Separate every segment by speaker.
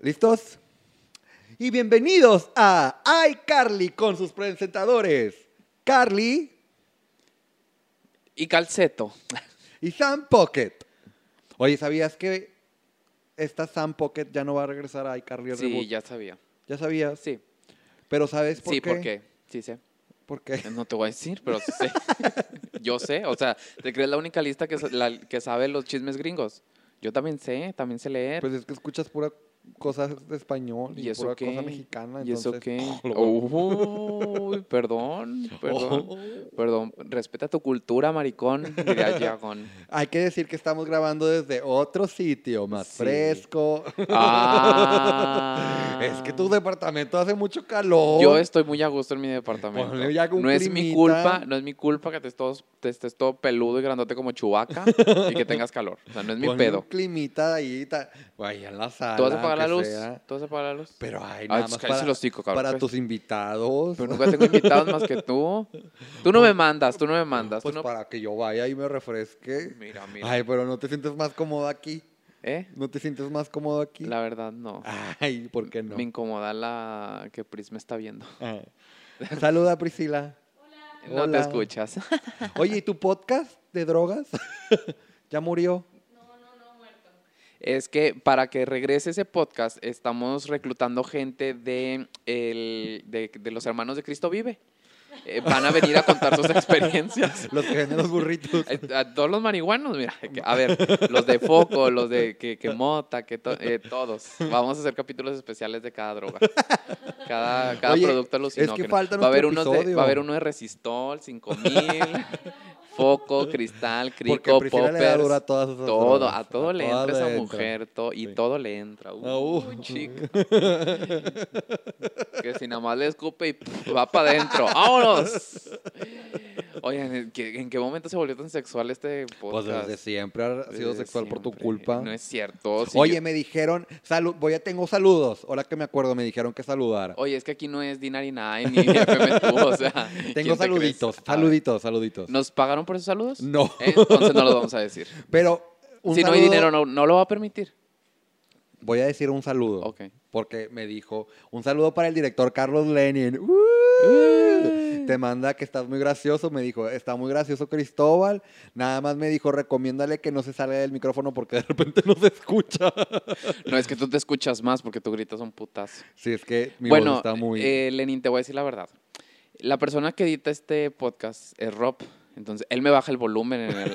Speaker 1: ¿Listos? Y bienvenidos a iCarly con sus presentadores, Carly
Speaker 2: Y calceto.
Speaker 1: y Sam Pocket. Oye, ¿sabías que esta Sam Pocket ya no va a regresar a iCarly al
Speaker 2: Sí,
Speaker 1: reboot?
Speaker 2: ya sabía.
Speaker 1: ¿Ya sabías?
Speaker 2: Sí,
Speaker 1: Pero ¿sabes por
Speaker 2: sí,
Speaker 1: qué?
Speaker 2: ¿por qué? Sí sé.
Speaker 1: ¿Por qué?
Speaker 2: No te voy a decir, pero sí sé. Yo sé, o sea, ¿te crees la única lista que, sa- la- que sabe los chismes gringos? Yo también sé, también sé leer.
Speaker 1: Pues es que escuchas pura cosas de español y,
Speaker 2: Eh. ¿Y eso
Speaker 1: pura
Speaker 2: qué?
Speaker 1: cosa mexicana.
Speaker 2: ¿Y eso
Speaker 1: entonces-
Speaker 2: qué? Uy, perdón, perdón.
Speaker 1: Oh.
Speaker 2: Perdón, respeta tu cultura, maricón, diría Yagón.
Speaker 1: Hay que decir que estamos grabando desde otro sitio, más
Speaker 2: Sí.
Speaker 1: fresco.
Speaker 2: Ah.
Speaker 1: Es que tu departamento hace mucho calor.
Speaker 2: Yo estoy muy a gusto en mi departamento.
Speaker 1: Ponle ya un
Speaker 2: No es mi
Speaker 1: climita.
Speaker 2: culpa, no es mi culpa que te estés, te estés todo peludo y grandote como chubaca y que tengas calor. O sea, no es mi
Speaker 1: Ponle
Speaker 2: pedo.
Speaker 1: Un climita ahí, ta- ahí en la sala.
Speaker 2: ¿Tú vas a apagar la
Speaker 1: aunque
Speaker 2: luz?
Speaker 1: sea.
Speaker 2: ¿Tú vas a apagar la luz?
Speaker 1: Pero ay,
Speaker 2: Ah,
Speaker 1: nada
Speaker 2: pues
Speaker 1: más
Speaker 2: cállese
Speaker 1: para,
Speaker 2: el hocico, cabrón,
Speaker 1: para
Speaker 2: pues.
Speaker 1: tus invitados.
Speaker 2: Pero nunca tengo invitados más que tú. Tú no me mandas, tú no me mandas.
Speaker 1: pues
Speaker 2: tú no...
Speaker 1: para que yo vaya y me refresque.
Speaker 2: Mira, mira.
Speaker 1: Ay, pero no te sientes más cómodo aquí.
Speaker 2: ¿Eh?
Speaker 1: ¿No te sientes más cómodo aquí?
Speaker 2: La verdad, no.
Speaker 1: Ay, ¿por qué no?
Speaker 2: Me incomoda la que Pris me está viendo.
Speaker 1: Ah. Saluda, Priscila.
Speaker 2: No te
Speaker 1: Hola.
Speaker 2: escuchas.
Speaker 1: Oye, ¿y tu podcast de drogas? ¿Ya murió?
Speaker 2: Es que para que regrese ese podcast, estamos reclutando gente de, el- de, de los hermanos de Cristo Vive. Eh, van a venir a contar sus experiencias.
Speaker 1: Los que venden los burritos.
Speaker 2: A, a todos los marihuanos, mira. que- A ver, los de foco, los de que, que mota, que to- eh, todos. Vamos a hacer capítulos especiales de cada droga. Cada, cada
Speaker 1: Oye,
Speaker 2: producto
Speaker 1: es que
Speaker 2: alucinógeno.
Speaker 1: falta
Speaker 2: va a haber
Speaker 1: nuestro
Speaker 2: uno de, Va a haber
Speaker 1: episodio.
Speaker 2: uno de Resistol, 5000, foco, cristal,
Speaker 1: Porque
Speaker 2: crico,
Speaker 1: Priscila le da duro a
Speaker 2: poppers.
Speaker 1: todas esas
Speaker 2: Todo,
Speaker 1: drogas.
Speaker 2: a todo le
Speaker 1: todas
Speaker 2: entra esa
Speaker 1: le entra.
Speaker 2: mujer to- y
Speaker 1: Sí.
Speaker 2: todo le entra. Uh,
Speaker 1: Ah, uh.
Speaker 2: chica. que si nada más le escupe y pff, va para adentro. ¡Vámonos! Oigan, ¿en qué, en qué momento se volvió tan sexual este
Speaker 1: Pues
Speaker 2: podcast?
Speaker 1: desde siempre ha sido
Speaker 2: Desde
Speaker 1: sexual por tu
Speaker 2: siempre.
Speaker 1: culpa.
Speaker 2: No es cierto. si
Speaker 1: Oye,
Speaker 2: yo-
Speaker 1: me dijeron, salu- voy a tengo saludos. Ahora que me acuerdo, me dijeron que saludara.
Speaker 2: Oye, es que aquí no es Dinari Nine ni FM Tubo, o sea. ¿quién te
Speaker 1: tengo
Speaker 2: crees?
Speaker 1: saluditos,
Speaker 2: A ver,
Speaker 1: saluditos, saluditos.
Speaker 2: ¿Nos pagaron por esos saludos? Eh,
Speaker 1: No.
Speaker 2: Entonces no los vamos a decir.
Speaker 1: Pero un
Speaker 2: si no hay
Speaker 1: saludo-
Speaker 2: dinero, no, no lo va a permitir.
Speaker 1: Voy a decir un saludo.
Speaker 2: Ok.
Speaker 1: Porque me dijo, un saludo para el director Carlos Lenin. ¡Uh! Te manda que estás muy gracioso. Me dijo, está muy gracioso Cristóbal. Nada más me dijo, recomiéndale que no se salga del micrófono porque de repente no se escucha.
Speaker 2: No, es que tú te escuchas más porque tú gritas un putazo.
Speaker 1: Sí, es que mi
Speaker 2: bueno,
Speaker 1: voz está muy...
Speaker 2: eh, Lenin, te voy a decir la verdad. La persona que edita este podcast es Rob. Entonces, él me baja el volumen en el...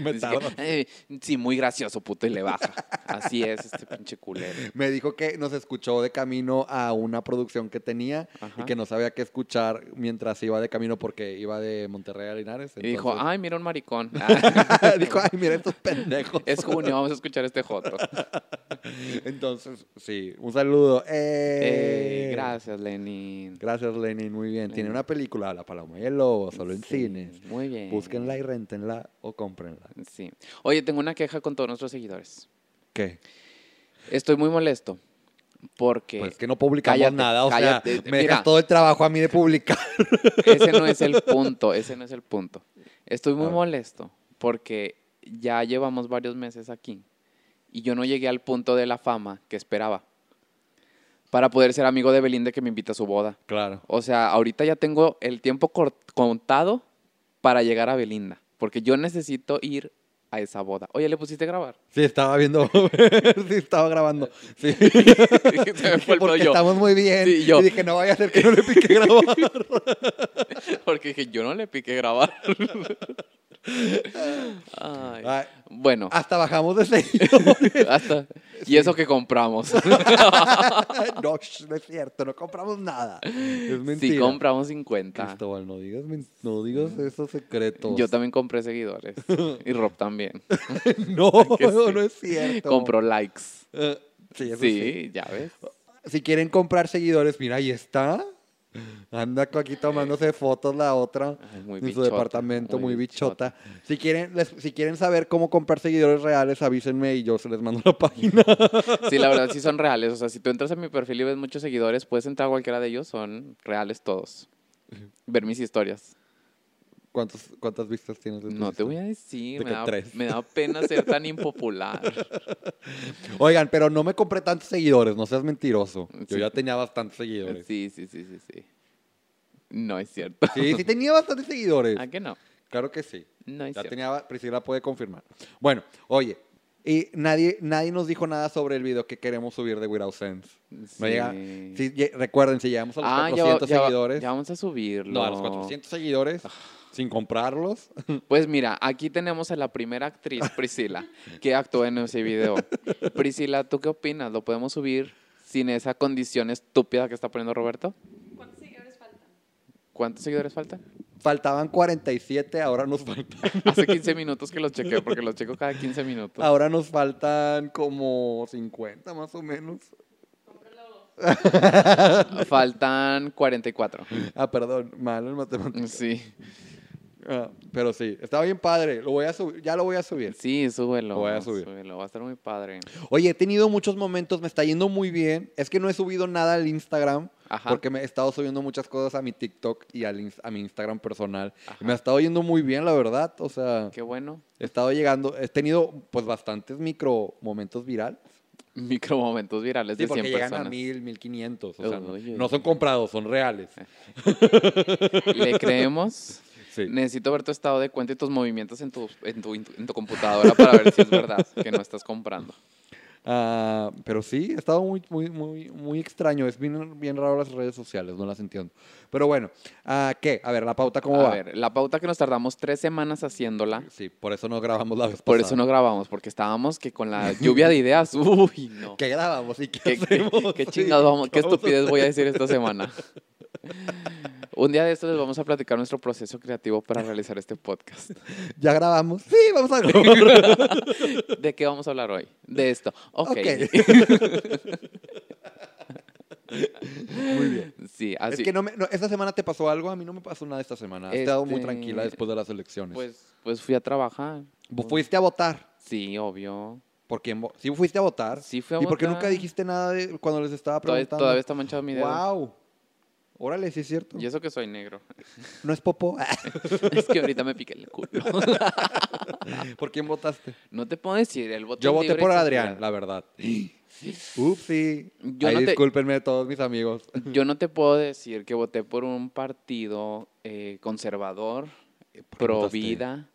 Speaker 1: me,
Speaker 2: Dice que,
Speaker 1: tardo.
Speaker 2: "Eh, sí, muy gracioso, puto, y le baja. Así es este pinche culero.
Speaker 1: Me dijo que nos escuchó de camino a una producción que tenía y
Speaker 2: Ajá.
Speaker 1: que no sabía qué escuchar mientras iba de camino porque iba de Monterrey a Linares.
Speaker 2: Y dijo,
Speaker 1: entonces-
Speaker 2: ay, mira un maricón. Ah.
Speaker 1: dijo, ay, mira estos pendejos.
Speaker 2: es junio, vamos a escuchar este joto.
Speaker 1: Entonces, sí, un saludo. ¡Eh!
Speaker 2: Eh, gracias, Lenin.
Speaker 1: Gracias, Lenin, muy bien. Tiene
Speaker 2: Lenin.
Speaker 1: una película, La Paloma y el Lobo, solo en
Speaker 2: Sí,
Speaker 1: cines.
Speaker 2: Muy bien.
Speaker 1: Búsquenla y rentenla o cómprenla.
Speaker 2: Sí. Oye, tengo una queja con todos nuestros seguidores.
Speaker 1: ¿Qué?
Speaker 2: Estoy muy molesto porque...
Speaker 1: Pues que no publicamos
Speaker 2: cállate,
Speaker 1: nada, o
Speaker 2: cállate,
Speaker 1: sea, me
Speaker 2: mira.
Speaker 1: dejas todo el trabajo a mí de publicar.
Speaker 2: Ese no es el punto, ese no es el punto. Estoy
Speaker 1: A
Speaker 2: muy
Speaker 1: ver.
Speaker 2: molesto porque ya llevamos varios meses aquí y yo no llegué al punto de la fama que esperaba para poder ser amigo de Belinda que me invita a su boda.
Speaker 1: Claro.
Speaker 2: O sea, ahorita ya tengo el tiempo cor- contado para llegar a Belinda porque yo necesito ir a esa boda. Oye, ¿le pusiste a grabar?
Speaker 1: Sí, estaba viendo, sí, estaba grabando. Sí,
Speaker 2: Se me fue el
Speaker 1: porque
Speaker 2: rollo.
Speaker 1: estamos muy bien.
Speaker 2: Sí, yo.
Speaker 1: Y dije, no vaya a ser que no le pique grabar.
Speaker 2: Porque dije, yo no le piqué grabar. Ay.
Speaker 1: Ay,
Speaker 2: Bueno,
Speaker 1: hasta bajamos de seguidores.
Speaker 2: hasta... Y eso que compramos.
Speaker 1: no, sh, no es cierto, no compramos nada. Es mentira.
Speaker 2: Si compramos 50.
Speaker 1: Cristóbal, no digas, men- no digas esos secretos.
Speaker 2: Yo también compré seguidores. Y Rob también.
Speaker 1: no,
Speaker 2: que sí.
Speaker 1: no es cierto.
Speaker 2: Compró likes.
Speaker 1: Eh, sí,
Speaker 2: Sí,
Speaker 1: eso sí.
Speaker 2: ya ves.
Speaker 1: Si quieren comprar seguidores, mira, ahí está. Anda co- aquí tomándose fotos la otra
Speaker 2: Ay, muy
Speaker 1: en su
Speaker 2: bichota,
Speaker 1: departamento, muy,
Speaker 2: muy
Speaker 1: bichota. Si quieren, les- si quieren saber cómo comprar seguidores reales, avísenme y yo se les mando la página.
Speaker 2: Sí, la verdad sí son reales. O sea, si tú entras a mi perfil y ves muchos seguidores, puedes entrar a cualquiera de ellos. Son reales todos. Ver mis historias.
Speaker 1: ¿Cuántos, ¿Cuántas vistas tienes? de tu
Speaker 2: No te voy
Speaker 1: lista?
Speaker 2: a decir,
Speaker 1: De
Speaker 2: me
Speaker 1: que
Speaker 2: da,
Speaker 1: tres.
Speaker 2: me da pena ser tan impopular.
Speaker 1: Oigan, pero no me compré tantos seguidores, no seas mentiroso. Yo
Speaker 2: Sí.
Speaker 1: ya tenía bastantes seguidores. Sí,
Speaker 2: Sí, sí, sí, sí, sí. No es cierto.
Speaker 1: sí, tenía bastantes seguidores.
Speaker 2: ¿A qué no?
Speaker 1: Claro que sí.
Speaker 2: No Ah, es
Speaker 1: Ya
Speaker 2: cierto.
Speaker 1: tenía, Priscila puede confirmar. Bueno, oye, y nadie, nadie nos dijo nada sobre el video que queremos subir de Without Sense. No
Speaker 2: Sí.
Speaker 1: llega- sí, ye- recuerden, si llegamos a los
Speaker 2: Ah, ya,
Speaker 1: 400
Speaker 2: ya- Ah.
Speaker 1: seguidores,
Speaker 2: ya vamos a subirlo.
Speaker 1: no, a los 400 seguidores, sin comprarlos,
Speaker 2: Pues mira, aquí tenemos a la primera actriz, Priscila, que actuó en ese video. Priscila, ¿tú qué opinas? ¿Lo podemos subir sin esa condición estúpida que está poniendo Roberto?
Speaker 3: ¿Cuántos seguidores faltan?
Speaker 2: ¿Cuántos seguidores faltan?
Speaker 1: faltaban 47, ahora nos faltan,
Speaker 2: Hace 15 minutos que los chequeo, porque los checo cada 15 minutos.
Speaker 1: ahora nos faltan como 50 más o menos.
Speaker 3: Cómpralo.
Speaker 2: Faltan 44.
Speaker 1: Ah, perdón, mal en matemáticas.
Speaker 2: Sí,
Speaker 1: Ah, pero sí, está bien padre, lo voy a subir, ya lo voy a subir.
Speaker 2: sí, súbelo.
Speaker 1: Lo voy a subir.
Speaker 2: súbelo, Va a estar muy padre.
Speaker 1: Oye, he tenido muchos momentos, me está yendo muy bien. Es que no he subido nada al Instagram.
Speaker 2: Ajá.
Speaker 1: Porque me he estado subiendo muchas cosas a mi TikTok y al ins- a mi Instagram personal.
Speaker 2: Ajá.
Speaker 1: Y Me ha estado yendo muy bien, la verdad. O sea,
Speaker 2: Qué bueno.
Speaker 1: he estado llegando, he tenido pues bastantes micro momentos virales.
Speaker 2: Micro momentos virales
Speaker 1: Sí,
Speaker 2: de 100
Speaker 1: porque llegan
Speaker 2: personas.
Speaker 1: a mil, mil quinientos. O sea, no,
Speaker 2: Oye.
Speaker 1: no son comprados, son reales.
Speaker 2: ¿Le creemos?
Speaker 1: Sí.
Speaker 2: Necesito ver tu estado de cuenta y tus movimientos en tu, en tu, en tu computadora para ver si es verdad que no estás comprando.
Speaker 1: Ah, pero sí, ha estado muy, muy, muy, muy extraño. Es bien, bien raro las redes sociales, no las entiendo. Pero bueno, ah, ¿qué? A ver, la pauta, ¿cómo
Speaker 2: a
Speaker 1: va?
Speaker 2: ver, la pauta que nos tardamos tres semanas haciéndola,
Speaker 1: Sí, por eso no grabamos la vez
Speaker 2: por eso
Speaker 1: pasada.
Speaker 2: no grabamos, porque estábamos que con la lluvia de ideas, uy, no.
Speaker 1: ¿Qué grabamos y qué,
Speaker 2: ¿Qué, qué,
Speaker 1: hacemos?
Speaker 2: qué
Speaker 1: Sí,
Speaker 2: chingados vamos, qué
Speaker 1: vamos a
Speaker 2: estupidez voy a decir esta semana. Un día de estos les vamos a platicar nuestro proceso creativo para realizar este podcast.
Speaker 1: ¿Ya grabamos? Sí, vamos a grabar.
Speaker 2: ¿De qué vamos a hablar hoy? De esto. Ok.
Speaker 1: Muy bien.
Speaker 2: Sí, así.
Speaker 1: Es que no me- no, esta semana te pasó algo, a mí no me pasó nada esta semana. He estado muy
Speaker 2: Este,
Speaker 1: tranquila después de las elecciones.
Speaker 2: pues, pues fui a trabajar.
Speaker 1: Vos fuiste a votar.
Speaker 2: Sí, obvio.
Speaker 1: ¿Por quién? vo- ¿Sí fuiste a votar?
Speaker 2: Sí fui a
Speaker 1: ¿Y por qué
Speaker 2: votar.
Speaker 1: nunca dijiste nada de- cuando les estaba
Speaker 2: Todavía,
Speaker 1: preguntando?
Speaker 2: todavía está manchado mi dedo.
Speaker 1: ¡Wow! Órale, sí es cierto.
Speaker 2: Y eso que soy negro.
Speaker 1: No es popo.
Speaker 2: es que ahorita me piqué el culo.
Speaker 1: ¿Por quién votaste?
Speaker 2: No te puedo decir, el voto
Speaker 1: Yo
Speaker 2: es
Speaker 1: voté
Speaker 2: libre
Speaker 1: por
Speaker 2: y
Speaker 1: Adrián,
Speaker 2: sagrado.
Speaker 1: la verdad. Upsi.
Speaker 2: Yo
Speaker 1: Ay,
Speaker 2: no te- Eh,
Speaker 1: discúlpenme todos mis amigos.
Speaker 2: Yo no te puedo decir que voté por un partido eh, conservador,
Speaker 1: qué
Speaker 2: pro
Speaker 1: votaste?
Speaker 2: vida,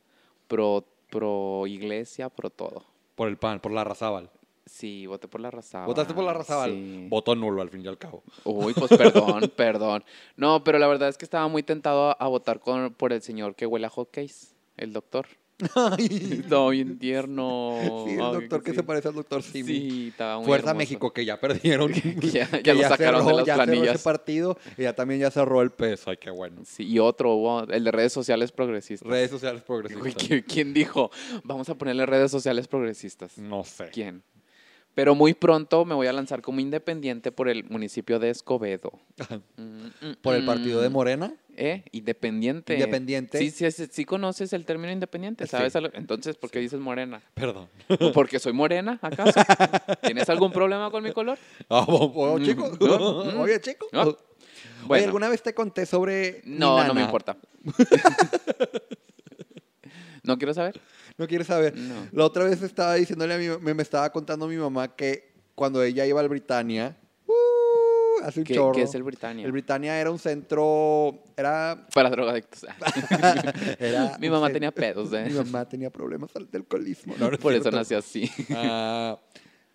Speaker 2: pro, pro iglesia, pro todo.
Speaker 1: Por el pan, por la Razábal.
Speaker 2: Sí, voté por la raza.
Speaker 1: ¿Votaste por la Razábal? Voto nulo al fin y al cabo.
Speaker 2: Uy, pues perdón, perdón. No, pero la verdad es que estaba muy tentado a, a votar con, por el señor que huele a hotcakes, el doctor.
Speaker 1: Ay,
Speaker 2: Estaba bien tierno.
Speaker 1: Sí, el
Speaker 2: Oh, Ay, pues
Speaker 1: doctor que
Speaker 2: sí.
Speaker 1: se parece al doctor Simi.
Speaker 2: Sí, estaba muy
Speaker 1: Fuerza
Speaker 2: hermoso.
Speaker 1: México, que ya perdieron.
Speaker 2: Que ya- ya lo sacaron de las
Speaker 1: ya cerró
Speaker 2: planillas.
Speaker 1: ese partido y ya también ya cerró el peso. Ay, qué bueno.
Speaker 2: Sí, y otro, hubo, el de redes sociales progresistas.
Speaker 1: Redes sociales
Speaker 2: Güey,
Speaker 1: progresistas.
Speaker 2: ¿qui- ¿Quién dijo? Vamos a ponerle redes sociales progresistas.
Speaker 1: No sé.
Speaker 2: ¿Quién? Pero muy pronto me voy a lanzar como independiente por el municipio de Escobedo. Mm, mm,
Speaker 1: ¿Por el partido de
Speaker 2: mm.
Speaker 1: Morena?
Speaker 2: ¿Eh? Independiente.
Speaker 1: Independiente.
Speaker 2: Sí, sí, sí, sí conoces el término independiente,
Speaker 1: Sí.
Speaker 2: ¿sabes? a lo- Entonces, ¿por qué dices morena?
Speaker 1: Perdón.
Speaker 2: ¿O ¿Porque soy morena, acaso? ¿Tienes algún problema con mi color?
Speaker 1: Ah, bo- bo-
Speaker 2: Mm,
Speaker 1: chico.
Speaker 2: no, mm.
Speaker 1: Oye, chico.
Speaker 2: No.
Speaker 1: Oye,
Speaker 2: Bueno.
Speaker 1: ¿alguna vez te conté sobre mi
Speaker 2: No, no me
Speaker 1: nana?
Speaker 2: importa. ¿No quiero saber?
Speaker 1: No quieres saber.
Speaker 2: No.
Speaker 1: La otra vez estaba diciéndole a mi me, me estaba contando mi mamá que cuando ella iba al Britannia, ¡uh! hace un
Speaker 2: ¿Qué,
Speaker 1: chorro.
Speaker 2: qué es el Britannia?
Speaker 1: El Britannia era un centro, era...
Speaker 2: Para drogadictos. Ah.
Speaker 1: era
Speaker 2: Mi
Speaker 1: un
Speaker 2: mamá
Speaker 1: cen-
Speaker 2: tenía pedos, ¿eh?
Speaker 1: Mi mamá tenía problemas al- de alcoholismo. No, no es
Speaker 2: Por eso
Speaker 1: cierto.
Speaker 2: nací así.
Speaker 1: Ah,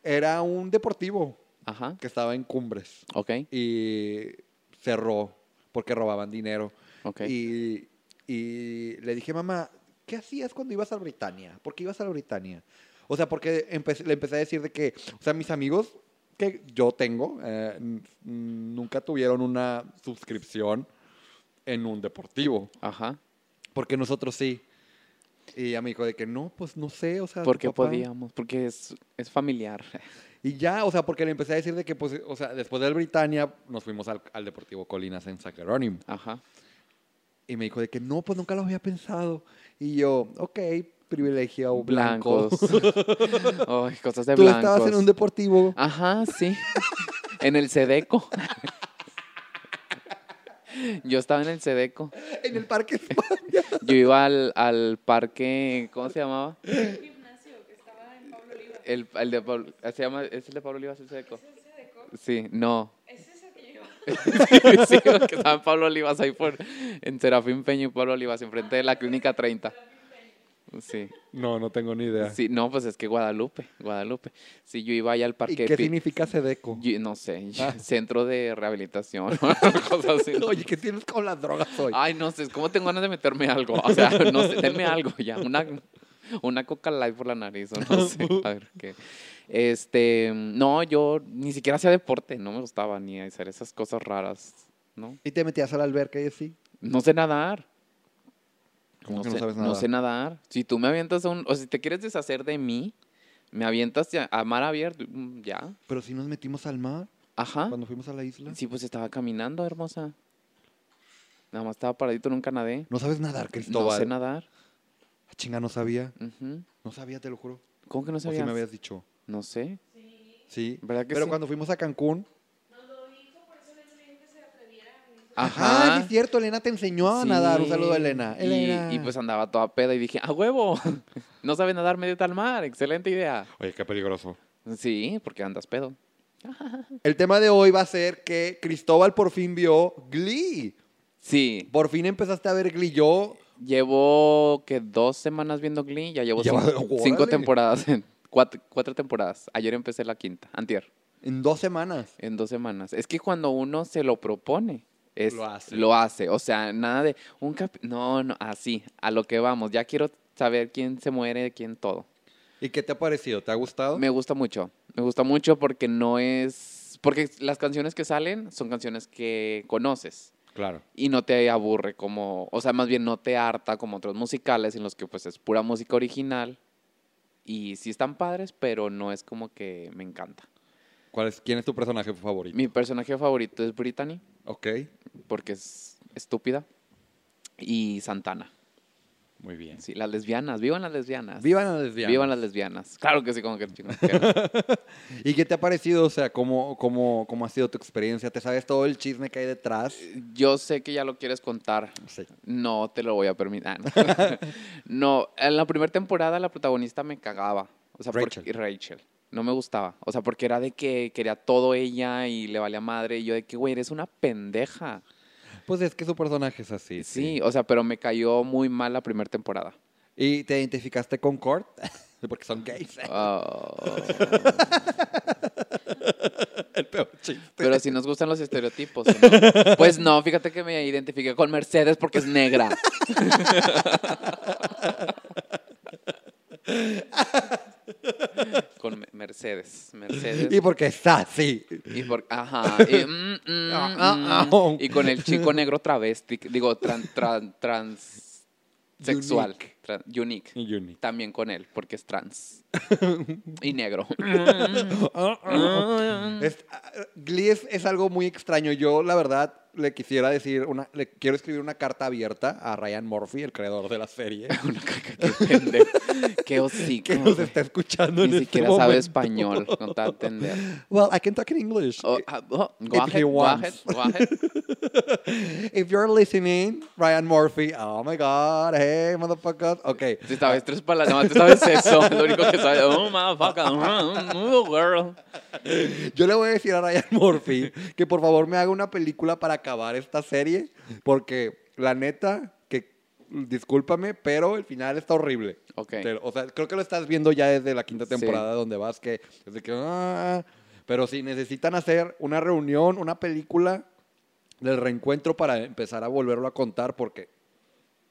Speaker 1: era un deportivo
Speaker 2: Ajá.
Speaker 1: que estaba en Cumbres
Speaker 2: Ok,
Speaker 1: y cerró porque robaban dinero.
Speaker 2: ok.
Speaker 1: Y, y le dije, mamá, ¿qué hacías cuando ibas a Britania? ¿Por qué ibas a la Britania? O sea, porque empecé- le empecé a decir de que, o sea, mis amigos que yo tengo eh, n- nunca tuvieron una suscripción en un deportivo,
Speaker 2: Ajá.
Speaker 1: porque nosotros sí. Y ella me dijo de que no, pues no sé, o sea, tu
Speaker 2: Porque
Speaker 1: papá".
Speaker 2: podíamos, porque es, es familiar.
Speaker 1: Y ya, o sea, porque le empecé a decir de que, pues, o sea, después del Britania nos fuimos al, al Deportivo Colinas en San Jerónimo.
Speaker 2: Ajá.
Speaker 1: Y me dijo de que no, pues nunca lo había pensado. Y yo, ok, privilegio blanco.
Speaker 2: Blancos. Ay, cosas de
Speaker 1: Tú
Speaker 2: blancos. Ah.
Speaker 1: estabas en un deportivo.
Speaker 2: Ajá, sí. en el Sedeco. Yo estaba en el Sedeco.
Speaker 1: En el Parque España.
Speaker 2: Yo iba al, al parque, ¿cómo se llamaba?
Speaker 3: El gimnasio que estaba en Pablo Oliva.
Speaker 2: El, el de Pablo, se llama, es el de Pablo Olivas el Sedeco.
Speaker 3: ¿Ese es el Sedeco?
Speaker 2: Sí, no.
Speaker 3: ¿Ese es el que yo iba?
Speaker 2: sí, los que estaban Pablo Olivas ahí por, en Serafín Peña y Pablo Olivas, enfrente de la clínica 30. Sí,
Speaker 1: No, no tengo ni idea.
Speaker 2: sí, no, pues es que Guadalupe, Guadalupe. Sí, yo iba allá al
Speaker 1: ¿Y
Speaker 2: parque.
Speaker 1: qué
Speaker 2: de Pi-
Speaker 1: significa Sedeco?
Speaker 2: Yo- no sé,
Speaker 1: Ah.
Speaker 2: centro de rehabilitación, cosas así.
Speaker 1: Oye, ¿qué tienes con las drogas hoy?
Speaker 2: Ay, no sé, ¿cómo tengo ganas de meterme algo? O sea, no sé, denme algo ya, una, una coca light por la nariz o no sé, a ver qué. Este, no, yo ni siquiera hacía deporte, no me gustaba ni hacer esas cosas raras, ¿no?
Speaker 1: ¿Y te metías a la alberca y así?
Speaker 2: No sé nadar.
Speaker 1: ¿Cómo
Speaker 2: no
Speaker 1: que no
Speaker 2: sé,
Speaker 1: sabes
Speaker 2: No
Speaker 1: nadar?
Speaker 2: sé nadar. Si tú me avientas a un, o si te quieres deshacer de mí, me avientas ya- a mar abierto, mm, ya.
Speaker 1: Pero si nos metimos al mar
Speaker 2: Ajá.
Speaker 1: cuando fuimos a la isla.
Speaker 2: Ah. Sí, pues estaba caminando, hermosa. Nada más estaba paradito en un canadé.
Speaker 1: No sabes nadar,
Speaker 2: No
Speaker 1: Cristóbal.
Speaker 2: sé nadar.
Speaker 1: Ah, Chinga, no sabía.
Speaker 2: Ujú.
Speaker 1: No sabía, te lo juro.
Speaker 2: ¿Cómo que no
Speaker 1: O si
Speaker 2: sabías?
Speaker 1: me habías dicho.
Speaker 2: No sé.
Speaker 1: Sí.
Speaker 2: ¿Verdad que
Speaker 1: Pero
Speaker 2: sí?
Speaker 1: cuando fuimos a Cancún.
Speaker 3: No, lo dijo, por eso le dije que se atreviera. y dijo,
Speaker 1: Ajá,
Speaker 2: Ajá.
Speaker 1: Ah, sí es cierto. Elena te enseñó a
Speaker 2: Sí.
Speaker 1: nadar. Un saludo a Elena.
Speaker 2: Y-
Speaker 1: Elena.
Speaker 2: Y, pues andaba toda peda y dije, ¡a huevo! no sabes nadar medio tal mar. Excelente idea.
Speaker 1: Oye, qué peligroso.
Speaker 2: Sí, porque andas pedo.
Speaker 1: El tema de hoy va a ser que Cristóbal por fin vio Glee.
Speaker 2: Sí.
Speaker 1: Por fin empezaste a ver Glee. Yo,
Speaker 2: Llevo que dos semanas viendo Glee, ya llevo
Speaker 1: Ya
Speaker 2: cinco,
Speaker 1: va-
Speaker 2: cinco
Speaker 1: órale.
Speaker 2: temporadas, en- cuatro, cuatro temporadas. Ayer empecé la quinta, antier,
Speaker 1: en dos semanas.
Speaker 2: en dos semanas. Es que cuando uno se lo propone, es,
Speaker 1: Lo hace.
Speaker 2: lo hace. O sea, nada de un cap... No, no, así, a lo que vamos. Ya quiero saber quién se muere, quién todo.
Speaker 1: ¿Y qué te ha parecido? ¿Te ha gustado?
Speaker 2: Me gusta mucho, me gusta mucho porque no es... Porque las canciones que salen son canciones que conoces
Speaker 1: Claro.
Speaker 2: y no te aburre como, o sea, más bien no te harta como otros musicales en los que pues es pura música original y sí están padres, pero no es como que me encanta.
Speaker 1: ¿Cuál es, ¿Quién es tu personaje favorito?
Speaker 2: Mi personaje favorito es Brittany
Speaker 1: Ok,
Speaker 2: porque es estúpida y Santana.
Speaker 1: muy bien.
Speaker 2: Sí, las lesbianas, vivan las lesbianas.
Speaker 1: Vivan las lesbianas.
Speaker 2: Vivan las lesbianas. Claro que sí, como que chingón, que-
Speaker 1: ¿Y qué te ha parecido? O sea, ¿cómo, cómo, ¿cómo ha sido tu experiencia? ¿Te sabes todo el chisme que hay detrás?
Speaker 2: Yo sé que ya lo quieres contar.
Speaker 1: Sí.
Speaker 2: No te lo voy a permitir. Ah, no. no, en la primera temporada la protagonista me cagaba. O sea, porque-
Speaker 1: Rachel.
Speaker 2: Rachel. No me gustaba. O sea, porque era de que quería todo ella y le valía madre. Y yo de que, güey, eres una pendeja.
Speaker 1: Pues es que su personaje es así.
Speaker 2: Sí, o sea, pero me cayó muy mal la primera temporada.
Speaker 1: ¿Y te identificaste con Kurt? Porque son gays.
Speaker 2: Oh.
Speaker 1: El peor chiste.
Speaker 2: pero si nos gustan los estereotipos. ¿o no? Pues no, fíjate que me identifiqué con Mercedes porque es negra. con Me- Mercedes. Mercedes.
Speaker 1: Y porque está así.
Speaker 2: Y por, ajá. Y, mm, mm,
Speaker 1: Ah, ah,
Speaker 2: mm,
Speaker 1: ah.
Speaker 2: y con el chico negro travesti, digo, tran, tran- trans sexual.
Speaker 1: Unique.
Speaker 2: tran- unique.
Speaker 1: Unique.
Speaker 2: También con él, porque es trans. y negro.
Speaker 1: Ah, Es- ah, Glee es, es algo muy extraño. Yo, la verdad, le quisiera decir, una, le quiero escribir una carta abierta a Ryan Murphy, el creador de la serie,
Speaker 2: Una caca, qué pendejo. Qué hocico.
Speaker 1: que nos
Speaker 2: güey.
Speaker 1: está escuchando en
Speaker 2: Ni
Speaker 1: este
Speaker 2: siquiera sabe
Speaker 1: momento.
Speaker 2: español. No te va a atender.
Speaker 1: Well, I can talk in English.
Speaker 2: Oh, ah, oh, go
Speaker 1: If
Speaker 2: ahead,
Speaker 1: he
Speaker 2: go ahead,
Speaker 1: wants.
Speaker 2: go ahead.
Speaker 1: If you're listening, Ryan Murphy, oh my god, hey, motherfuckers. Ok.
Speaker 2: Te sabes tres palabras, no, te sabes eso. Lo único que sabes. Oh, motherfucker. Oh, girl.
Speaker 1: Yo le voy a decir a Ryan Murphy que por favor me haga una película para acabar esta serie, porque la neta, que discúlpame, pero el final está horrible.
Speaker 2: Ok.
Speaker 1: Te- o sea, creo que lo estás viendo ya desde la quinta
Speaker 2: Sí.
Speaker 1: temporada donde vas, que desde que... ah, pero si necesitan hacer una reunión, una película del reencuentro para empezar a volverlo a contar, porque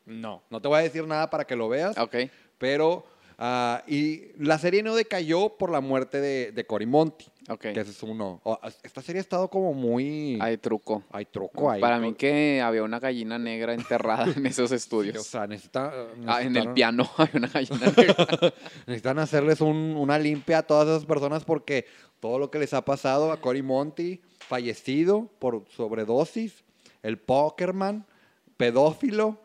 Speaker 1: no, no te voy a decir nada para que lo veas.
Speaker 2: Ok.
Speaker 1: Pero, ah, y la serie no decayó por la muerte de, de Cory Monty.
Speaker 2: Ok.
Speaker 1: Que ese es uno. oh, esta serie ha estado como muy. Hay,
Speaker 2: Hay truco.
Speaker 1: truco ahí.
Speaker 2: Para mí que había una gallina negra enterrada en esos
Speaker 1: O
Speaker 2: estudios.
Speaker 1: sea, necesita-
Speaker 2: Ah, en el
Speaker 1: necesitaron-
Speaker 2: piano hay una gallina negra.
Speaker 1: Necesitan hacerles un- una limpia a todas esas personas porque todo lo que les ha pasado a Cory Monty, fallecido por sobredosis, el Pokerman, pedófilo,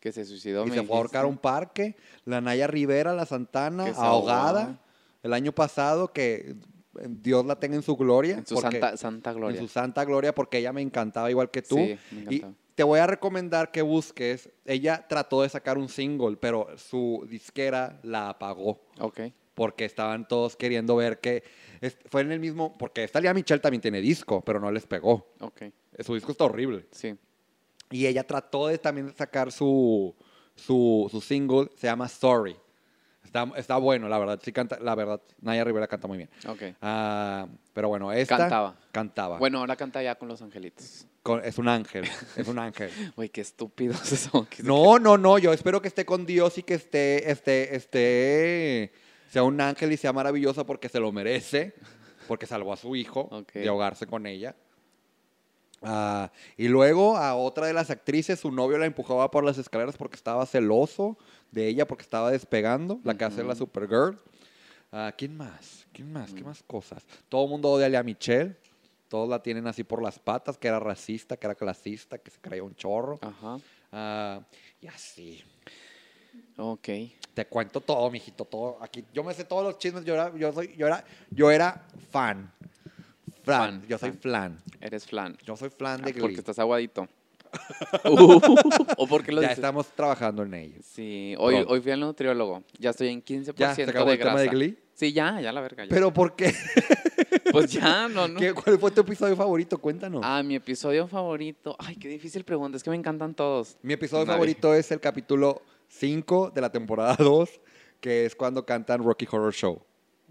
Speaker 2: que se suicidó.
Speaker 1: y
Speaker 2: me
Speaker 1: se fue a ahorcar a un
Speaker 2: dijiste.
Speaker 1: parque. La Naya Rivera, la Santana,
Speaker 2: Que se
Speaker 1: ahogada.
Speaker 2: ahogó.
Speaker 1: El año pasado que Dios la tenga en su gloria.
Speaker 2: En su
Speaker 1: porque-
Speaker 2: santa, santa gloria.
Speaker 1: En su santa gloria, porque ella me encantaba igual que tú.
Speaker 2: Sí, me
Speaker 1: y
Speaker 2: encantaba.
Speaker 1: te voy a recomendar que busques. Ella trató de sacar un single, pero su disquera la apagó.
Speaker 2: Ok.
Speaker 1: Porque estaban todos queriendo ver que es- fue en el mismo. Porque esta Lía Michelle también tiene disco, pero no les pegó.
Speaker 2: Ok.
Speaker 1: Su disco está horrible.
Speaker 2: Sí.
Speaker 1: Y ella trató de también sacar su, su, su single, se llama Sorry. Está, está bueno, la verdad. Sí canta, la verdad, Naya Rivera canta muy bien.
Speaker 2: Ok.
Speaker 1: Ah, pero bueno, esta
Speaker 2: Cantaba.
Speaker 1: Cantaba.
Speaker 2: Bueno, ahora canta ya con los angelitos.
Speaker 1: Con- es un ángel, es un ángel.
Speaker 2: Güey, qué estúpidos son. que-
Speaker 1: No, no, no, yo espero que esté con Dios y que esté, esté, esté, sea un ángel y sea maravillosa porque se lo merece, porque salvó a su hijo
Speaker 2: Ok.
Speaker 1: de ahogarse con ella. Ah, y luego a otra de las actrices, su novio la empujaba por las escaleras porque estaba celoso de ella, porque estaba despegando, la que hace la Supergirl. Ah, ¿Quién más? ¿Quién más?
Speaker 2: Mm.
Speaker 1: ¿Qué más cosas? Todo el mundo odia a Lea Michelle. Todos la tienen así por las patas, que era racista, que era clasista, que se creía un chorro.
Speaker 2: Ajá.
Speaker 1: Ah, y así.
Speaker 2: Ok.
Speaker 1: Te cuento todo, mijito, todo. Aquí yo me sé todos los chismes. Yo era, yo soy, yo era, yo era fan. Flan.
Speaker 2: Fan,
Speaker 1: yo soy
Speaker 2: fan.
Speaker 1: flan.
Speaker 2: Eres flan.
Speaker 1: Yo soy flan
Speaker 2: Ah,
Speaker 1: de
Speaker 2: porque
Speaker 1: Glee.
Speaker 2: estás aguadito. Uh, ¿O porque lo
Speaker 1: Ya
Speaker 2: dices?
Speaker 1: estamos trabajando en ello.
Speaker 2: Sí, hoy,
Speaker 1: Pronto.
Speaker 2: hoy fui al nutriólogo. Ya estoy en 15%
Speaker 1: Ya, ¿se acabó
Speaker 2: de
Speaker 1: el tema
Speaker 2: grasa.
Speaker 1: de Glee?
Speaker 2: Sí, ya, ya la verga. ya.
Speaker 1: Pero ¿por qué?
Speaker 2: Pues ya, no, no.
Speaker 1: ¿Qué- ¿Cuál fue tu episodio favorito? Cuéntanos.
Speaker 2: Ah, mi episodio favorito. Ay, qué difícil pregunta. Es que me encantan todos.
Speaker 1: Mi episodio
Speaker 2: Nadie.
Speaker 1: favorito es el capítulo 5 de la temporada 2, que es cuando cantan Rocky Horror Show.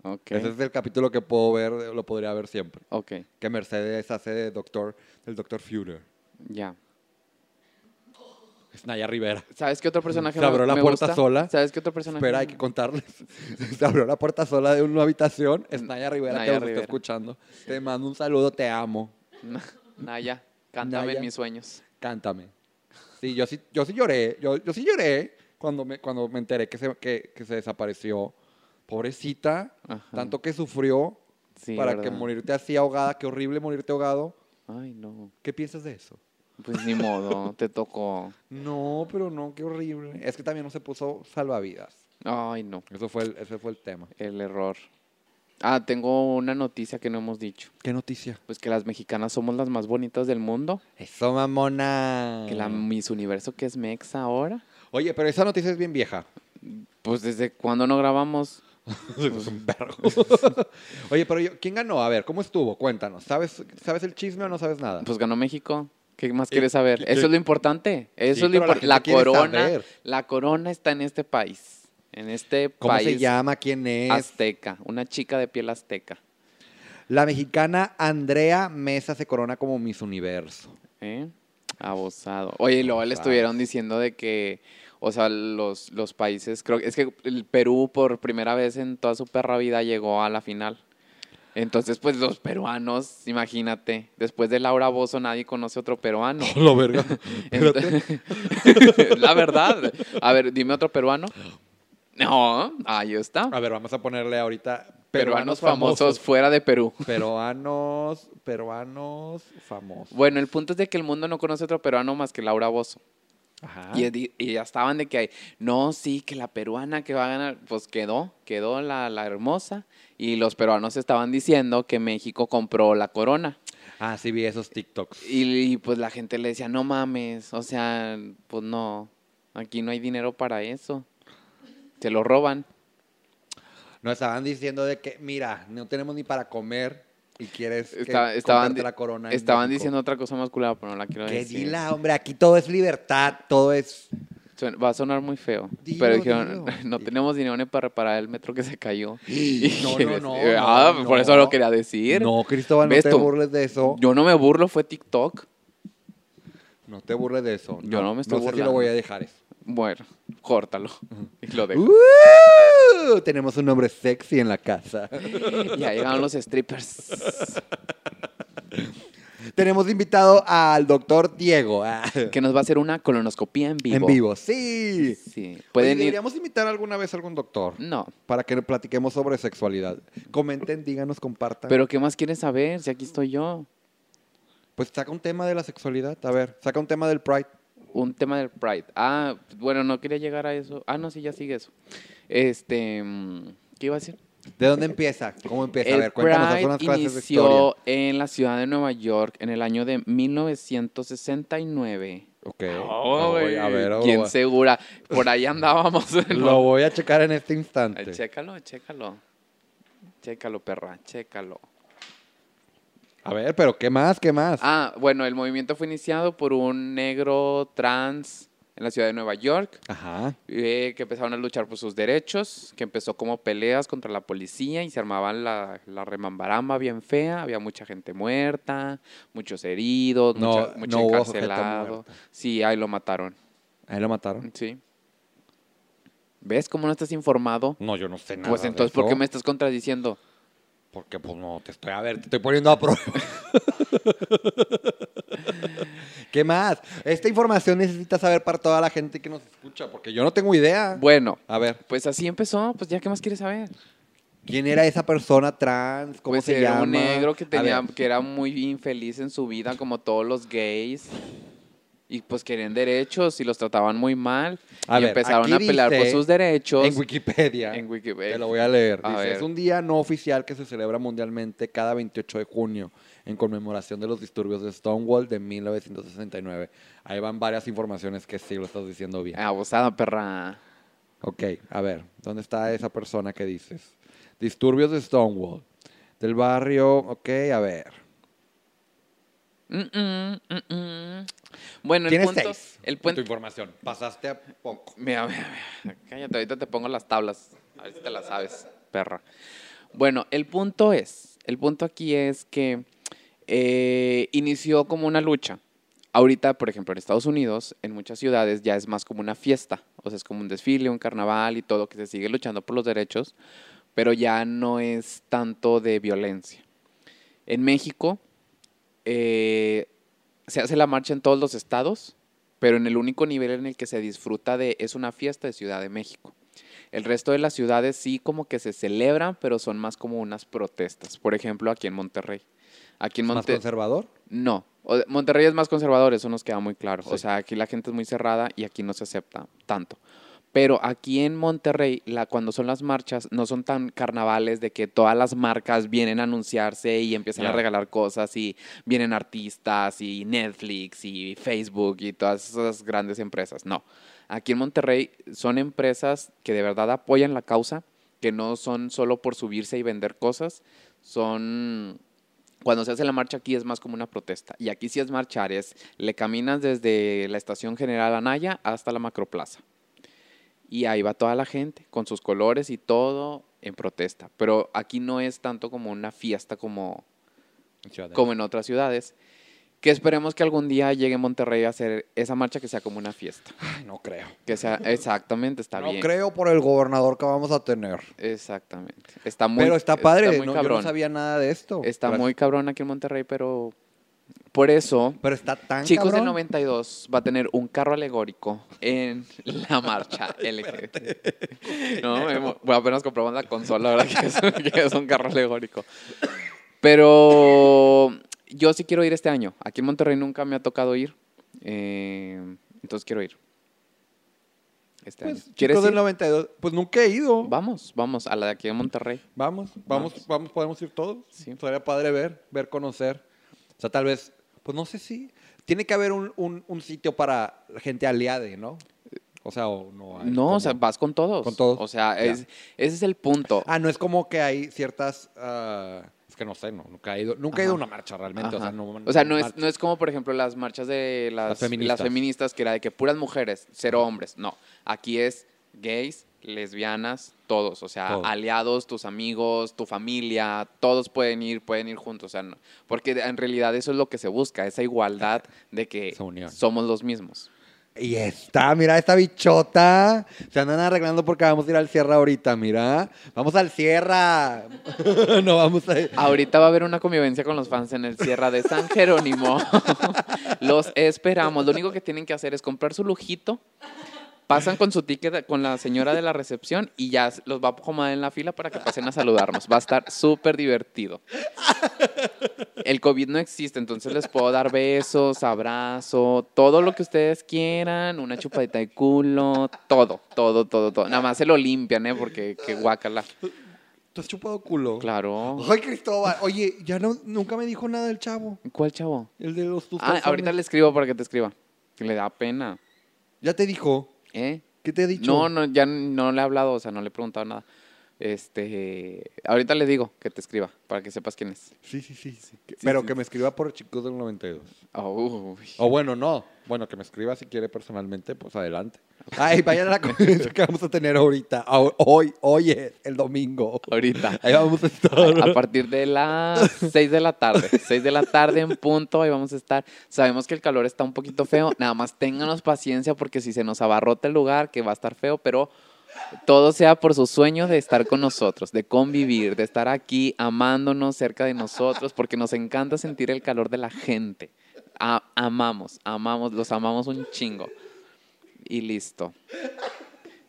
Speaker 2: Ok.
Speaker 1: Ese es el capítulo que puedo ver, lo podría ver siempre.
Speaker 2: Ok,
Speaker 1: Que Mercedes hace de doctor, del doctor Führer.
Speaker 2: ya.
Speaker 1: Es Naya Rivera.
Speaker 2: ¿Sabes qué otro personaje
Speaker 1: Se
Speaker 2: me-
Speaker 1: abrió la
Speaker 2: me
Speaker 1: puerta
Speaker 2: gusta?
Speaker 1: sola.
Speaker 2: ¿Sabes qué otro personaje?
Speaker 1: Espera, hay que contarles. Se abrió la puerta sola de una habitación. Es Naya Rivera
Speaker 2: Naya
Speaker 1: que nos
Speaker 2: Rivera.
Speaker 1: está escuchando. Te mando un saludo, te amo.
Speaker 2: Naya, cántame
Speaker 1: Naya.
Speaker 2: en mis sueños.
Speaker 1: Cántame. Sí, yo sí, yo sí lloré. Yo, yo sí lloré cuando me, cuando me enteré que se, que, que se desapareció. Pobrecita.
Speaker 2: Ajá.
Speaker 1: Tanto que sufrió
Speaker 2: Sí,
Speaker 1: para que
Speaker 2: ¿verdad?
Speaker 1: morirte así ahogada. Qué horrible morirte ahogado.
Speaker 2: Ay, no.
Speaker 1: ¿Qué piensas de eso?
Speaker 2: Pues ni modo, te tocó.
Speaker 1: No, pero no, qué horrible. Es que también no se puso salvavidas.
Speaker 2: Ay, no.
Speaker 1: Eso fue el, ese fue el tema.
Speaker 2: El error. Ah, tengo una noticia que no hemos dicho.
Speaker 1: ¿Qué noticia?
Speaker 2: Pues que las mexicanas somos las más bonitas del mundo.
Speaker 1: Eso, mamona.
Speaker 2: Que la
Speaker 1: Mm.
Speaker 2: Miss Universo que es Mex ahora.
Speaker 1: Oye, pero esa noticia es bien vieja.
Speaker 2: Pues desde cuando no grabamos.
Speaker 1: Es un vergo. Oye, pero yo- ¿quién ganó? A ver, ¿cómo estuvo? Cuéntanos. ¿Sabes, ¿Sabes el chisme o no sabes nada?
Speaker 2: Pues ganó México. ¿Qué más
Speaker 1: Y-
Speaker 2: quieres saber?
Speaker 1: y-
Speaker 2: Eso es lo importante. Eso
Speaker 1: Eh, Sí,
Speaker 2: es lo
Speaker 1: pero la
Speaker 2: impor-
Speaker 1: gente
Speaker 2: La
Speaker 1: quiere
Speaker 2: corona.
Speaker 1: saber.
Speaker 2: La corona está en este país. En este
Speaker 1: ¿Cómo
Speaker 2: país
Speaker 1: se llama? ¿Quién es?
Speaker 2: azteca. Una chica de piel azteca.
Speaker 1: La mexicana Andrea Mesa se corona como Miss Universo.
Speaker 2: ¿eh? Abusado. Oye, y luego le
Speaker 1: Abusados.
Speaker 2: estuvieron diciendo de que, o sea, los, los países, creo que es que el Perú por primera vez en toda su perra vida llegó a la final. Entonces, pues los peruanos, imagínate, después de Laura Bozo nadie conoce otro peruano.
Speaker 1: Lo verga.
Speaker 2: Ent- la verdad. A ver, dime otro peruano. No, ahí está.
Speaker 1: A ver, vamos a ponerle ahorita
Speaker 2: Ah, Peruanos famosos fuera de Perú.
Speaker 1: Peruanos, peruanos famosos.
Speaker 2: Bueno, el punto es de que el mundo no conoce otro peruano más que Laura Bozo.
Speaker 1: Ajá.
Speaker 2: Y, di- y ya estaban de que hay, no, sí, que la peruana que va a ganar, pues quedó, quedó la, la hermosa. Y los peruanos estaban diciendo que México compró la corona.
Speaker 1: Ah, sí vi esos TikToks.
Speaker 2: Y, y, pues la gente le decía, no mames, o sea, pues no, aquí no hay dinero para eso. Se lo roban.
Speaker 1: Nos estaban diciendo de que, mira, no tenemos ni para comer y quieres que
Speaker 2: Esta- estaban
Speaker 1: comprarte
Speaker 2: di-
Speaker 1: la corona. en
Speaker 2: estaban
Speaker 1: México.
Speaker 2: diciendo otra cosa más culada, pero no la quiero
Speaker 1: Que
Speaker 2: decir.
Speaker 1: dila, hombre, aquí todo es libertad, todo es...
Speaker 2: Suena- va a sonar muy feo.
Speaker 1: Dilo,
Speaker 2: pero dijeron,
Speaker 1: dilo.
Speaker 2: no
Speaker 1: Dilo.
Speaker 2: tenemos dinero ni para reparar el metro que se cayó.
Speaker 1: No,
Speaker 2: que
Speaker 1: no,
Speaker 2: les-
Speaker 1: no,
Speaker 2: Ah,
Speaker 1: no,
Speaker 2: por eso
Speaker 1: no.
Speaker 2: lo quería decir.
Speaker 1: No, Cristóbal, no
Speaker 2: ¿Ves
Speaker 1: te
Speaker 2: tú?
Speaker 1: burles de eso.
Speaker 2: Yo no me burlo, fue TikTok.
Speaker 1: No te burles de eso.
Speaker 2: Yo no me estoy
Speaker 1: No sé si
Speaker 2: burlando.
Speaker 1: lo voy a dejar eso.
Speaker 2: Bueno, córtalo. Y lo dejo.
Speaker 1: ¡Uh! Tenemos un hombre sexy en la casa.
Speaker 2: Y ahí van los strippers.
Speaker 1: Tenemos invitado al doctor Diego. ah,
Speaker 2: Que nos va a hacer una colonoscopía en vivo.
Speaker 1: En vivo, sí.
Speaker 2: Sí.
Speaker 1: Oye,
Speaker 2: Pueden ir.
Speaker 1: deberíamos invitar alguna vez a algún doctor
Speaker 2: No.
Speaker 1: para que platiquemos sobre sexualidad. Comenten, díganos, compartan.
Speaker 2: Pero ¿qué más quieres saber? Si aquí estoy yo.
Speaker 1: Pues saca un tema de la sexualidad, a ver, saca un tema del Pride.
Speaker 2: un tema del Pride. Ah, bueno, no quería llegar a eso. Ah, no, sí, ya sigue eso. Este, mm, ¿qué iba a decir?
Speaker 1: ¿De dónde empieza? ¿Cómo empieza? Pues, A
Speaker 2: El
Speaker 1: ver, cuéntanos, haz
Speaker 2: Pride
Speaker 1: unas clases de historia.
Speaker 2: inició en la ciudad de Nueva York en el año de 1969.
Speaker 1: Ok.
Speaker 2: Oh,
Speaker 1: lo voy- a
Speaker 2: güey,
Speaker 1: ver, lo
Speaker 2: ¿Quién
Speaker 1: voy-
Speaker 2: segura? Por ahí andábamos.
Speaker 1: lo voy a checar en este
Speaker 2: Ay,
Speaker 1: instante.
Speaker 2: Eh, chécalo, chécalo. Chécalo, perra, chécalo.
Speaker 1: A ver, pero ¿qué más? ¿Qué más?
Speaker 2: Ah, bueno, el movimiento fue iniciado por un negro trans en la ciudad de Nueva York.
Speaker 1: Ajá.
Speaker 2: eh, que empezaron a luchar por sus derechos, que empezó como peleas contra la policía y se armaban la, la remambaramba bien fea, había mucha gente muerta, muchos heridos,
Speaker 1: No,
Speaker 2: mucha- mucho
Speaker 1: no hubo gente
Speaker 2: encarcelado.
Speaker 1: muerta.
Speaker 2: Sí, ahí lo mataron,
Speaker 1: Ahí lo mataron.
Speaker 2: sí. ¿Ves cómo no estás informado?
Speaker 1: No, yo no sé nada.
Speaker 2: pues
Speaker 1: de
Speaker 2: entonces, ¿por qué
Speaker 1: eso,
Speaker 2: me estás contradiciendo?
Speaker 1: Porque pues no, te estoy a ver, te estoy poniendo a prueba. ¿Qué más? Esta información necesita saber para toda la gente que nos escucha, porque yo no tengo idea.
Speaker 2: Bueno,
Speaker 1: A ver,
Speaker 2: pues así empezó, pues ya, ¿qué más quieres saber?
Speaker 1: ¿quién era esa persona trans? ¿Cómo
Speaker 2: pues
Speaker 1: se
Speaker 2: era
Speaker 1: llama?
Speaker 2: un negro que
Speaker 1: A
Speaker 2: tenía
Speaker 1: ver,
Speaker 2: que era muy infeliz en su vida como todos los gays y pues querían derechos y los trataban muy mal
Speaker 1: A
Speaker 2: y
Speaker 1: ver,
Speaker 2: empezaron
Speaker 1: aquí
Speaker 2: a pelear por
Speaker 1: dice
Speaker 2: sus derechos
Speaker 1: en Wikipedia.
Speaker 2: en Wikipedia.
Speaker 1: Te lo voy a leer.
Speaker 2: A
Speaker 1: Dice,
Speaker 2: ver.
Speaker 1: es un día no oficial que se celebra mundialmente cada 28 de junio en conmemoración de los disturbios de Stonewall de 1969. Ahí van varias informaciones que sí lo estás diciendo bien.
Speaker 2: Ah. Abusada perra.
Speaker 1: Ok, a ver, ¿dónde está esa persona que dices? Disturbios de Stonewall, del barrio, ok, a ver.
Speaker 2: Mm, mm, mm, mm. Bueno, el
Speaker 1: Tienes
Speaker 2: punto,
Speaker 1: seis.
Speaker 2: el
Speaker 1: en
Speaker 2: puente
Speaker 1: Tu información, pasaste a poco.
Speaker 2: Mira, mira, mira. Cállate, ahorita te pongo las tablas. A ver si te las sabes, perra. Bueno, el punto es, el punto aquí es que eh, inició como una lucha. Ahorita, por ejemplo, en Estados Unidos, en muchas ciudades ya es más como una fiesta. O sea, es como un desfile, un carnaval y todo, que se sigue luchando por los derechos, pero ya no es tanto de violencia. En México eh, se hace la marcha en todos los estados, pero en el único nivel en el que se disfruta de es una fiesta de Ciudad de México. El resto de las ciudades sí como que se celebran, pero son más como unas protestas. Por ejemplo, aquí en Monterrey. Aquí en
Speaker 1: ¿Más
Speaker 2: Monterrey.
Speaker 1: conservador?
Speaker 2: No. o- Monterrey es más conservador, eso nos queda muy claro. O
Speaker 1: Sí.
Speaker 2: sea, aquí la gente es muy cerrada y aquí no se acepta tanto. Pero aquí en Monterrey, la, cuando son las marchas, no son tan carnavales de que todas las marcas vienen a anunciarse y empiezan a
Speaker 1: Ya.
Speaker 2: regalar cosas y vienen artistas y Netflix y Facebook y todas esas grandes empresas. No, aquí en Monterrey son empresas que de verdad apoyan la causa, que no son solo por subirse y vender cosas, son cuando se hace la marcha aquí es más como una protesta. Y aquí sí es marchar, es le caminas desde la estación General Anaya hasta la Macroplaza. Y ahí va toda la gente con sus colores y todo en protesta. Pero aquí no es tanto como una fiesta como, como en otras ciudades. Que esperemos que algún día llegue Monterrey a hacer esa marcha que sea como una fiesta.
Speaker 1: Ay, no creo.
Speaker 2: Que sea exactamente, está
Speaker 1: no
Speaker 2: bien.
Speaker 1: creo por el gobernador que vamos a tener.
Speaker 2: Exactamente. Está muy
Speaker 1: Pero está padre,
Speaker 2: muy
Speaker 1: no, yo
Speaker 2: cabrón.
Speaker 1: no sabía nada de esto.
Speaker 2: Está
Speaker 1: Gracias.
Speaker 2: muy cabrón aquí en Monterrey, pero por eso
Speaker 1: Pero está tan
Speaker 2: Chicos
Speaker 1: cabrón.
Speaker 2: de 92 va a tener un carro alegórico en la marcha LGBT. no, hemos- bueno, apenas compramos la consola, ahora que es, que es un carro alegórico. Pero yo sí quiero ir este año. Aquí en Monterrey nunca me ha tocado ir. eh, entonces quiero ir. Este
Speaker 1: Pues,
Speaker 2: año. ¿Quieres
Speaker 1: chicos del
Speaker 2: ir?
Speaker 1: 92, pues nunca he ido.
Speaker 2: Vamos, vamos, a la de aquí en Monterrey.
Speaker 1: Vamos, vamos,
Speaker 2: Vamos.
Speaker 1: vamos, podemos ir todos.
Speaker 2: Sí.
Speaker 1: Sería padre ver, ver, conocer. O sea, tal vez, pues no sé si. Tiene que haber un, un- un sitio para la gente aliada, ¿no? O sea, o no hay.
Speaker 2: No,
Speaker 1: como-
Speaker 2: o sea, vas con todos.
Speaker 1: pues Con todos.
Speaker 2: O sea,
Speaker 1: Ya.
Speaker 2: es- ese es el punto.
Speaker 1: Ah, no es como que hay ciertas. ah, es que no sé, no, nunca he ido. Nunca he ido a una marcha realmente. O sea,
Speaker 2: Ajá.
Speaker 1: no,
Speaker 2: O sea, no es,
Speaker 1: marcha.
Speaker 2: no es como, por ejemplo, las marchas de las, las
Speaker 1: Las
Speaker 2: feministas.
Speaker 1: feministas.
Speaker 2: que era de que puras mujeres, cero hombres. No, aquí es gays, lesbianas, todos. O sea,
Speaker 1: Todos.
Speaker 2: aliados, tus amigos, tu familia, todos pueden ir, pueden ir juntos. O sea, no- porque en realidad eso es lo que se busca, esa igualdad de que
Speaker 1: Esa unión.
Speaker 2: somos los mismos.
Speaker 1: Y está, mira esta bichota. Se andan arreglando porque vamos a ir al Sierra ahorita, mira. Vamos al Sierra. no vamos a ir.
Speaker 2: Ahorita va a haber una convivencia con los fans en el Sierra de San Jerónimo. los esperamos. Lo único que tienen que hacer es comprar su lujito. Pasan con su ticket con la señora de la recepción y ya los va a acomodar en la fila para que pasen a saludarnos. Va a estar súper divertido. El COVID no existe, entonces les puedo dar besos, abrazo, todo lo que ustedes quieran, una chupadita de culo, todo, todo, todo, todo. Nada más se lo limpian, ¿eh? Porque qué guácala.
Speaker 1: ¿Tú has chupado culo?
Speaker 2: Claro.
Speaker 1: Ay, Cristóbal. Oye, ya no, nunca me dijo nada el chavo.
Speaker 2: ¿Cuál chavo?
Speaker 1: El de los tus
Speaker 2: Ah,
Speaker 1: calzones.
Speaker 2: ahorita le escribo para que te escriba. Que le da pena.
Speaker 1: Ya te dijo.
Speaker 2: ¿Eh?
Speaker 1: ¿Qué te ha dicho?
Speaker 2: No, no, ya no le he hablado, o sea, no le he preguntado nada. Este, ahorita le digo que te escriba para que sepas quién es.
Speaker 1: Sí, sí, sí. Que- Pero
Speaker 2: sí.
Speaker 1: que me escriba por chicos del 92.
Speaker 2: Ah, uy.
Speaker 1: O bueno, no. Bueno, que me escriba si quiere personalmente, pues adelante. Ay, vayan a la conferencia que vamos a tener ahorita. Ah, Hoy, hoy es el domingo.
Speaker 2: Ahorita.
Speaker 1: Ahí vamos a
Speaker 2: A
Speaker 1: estar.
Speaker 2: partir de las 6 de la tarde. 6 de la tarde en punto, ahí vamos a estar. Sabemos que el calor está un poquito feo. Nada más ténganos paciencia porque si se nos abarrota el lugar, que va a estar feo, pero todo sea por su sueño de estar con nosotros, de convivir, de estar aquí amándonos cerca de nosotros, porque nos encanta sentir el calor de la gente. A- amamos, amamos, los amamos un chingo. Y listo.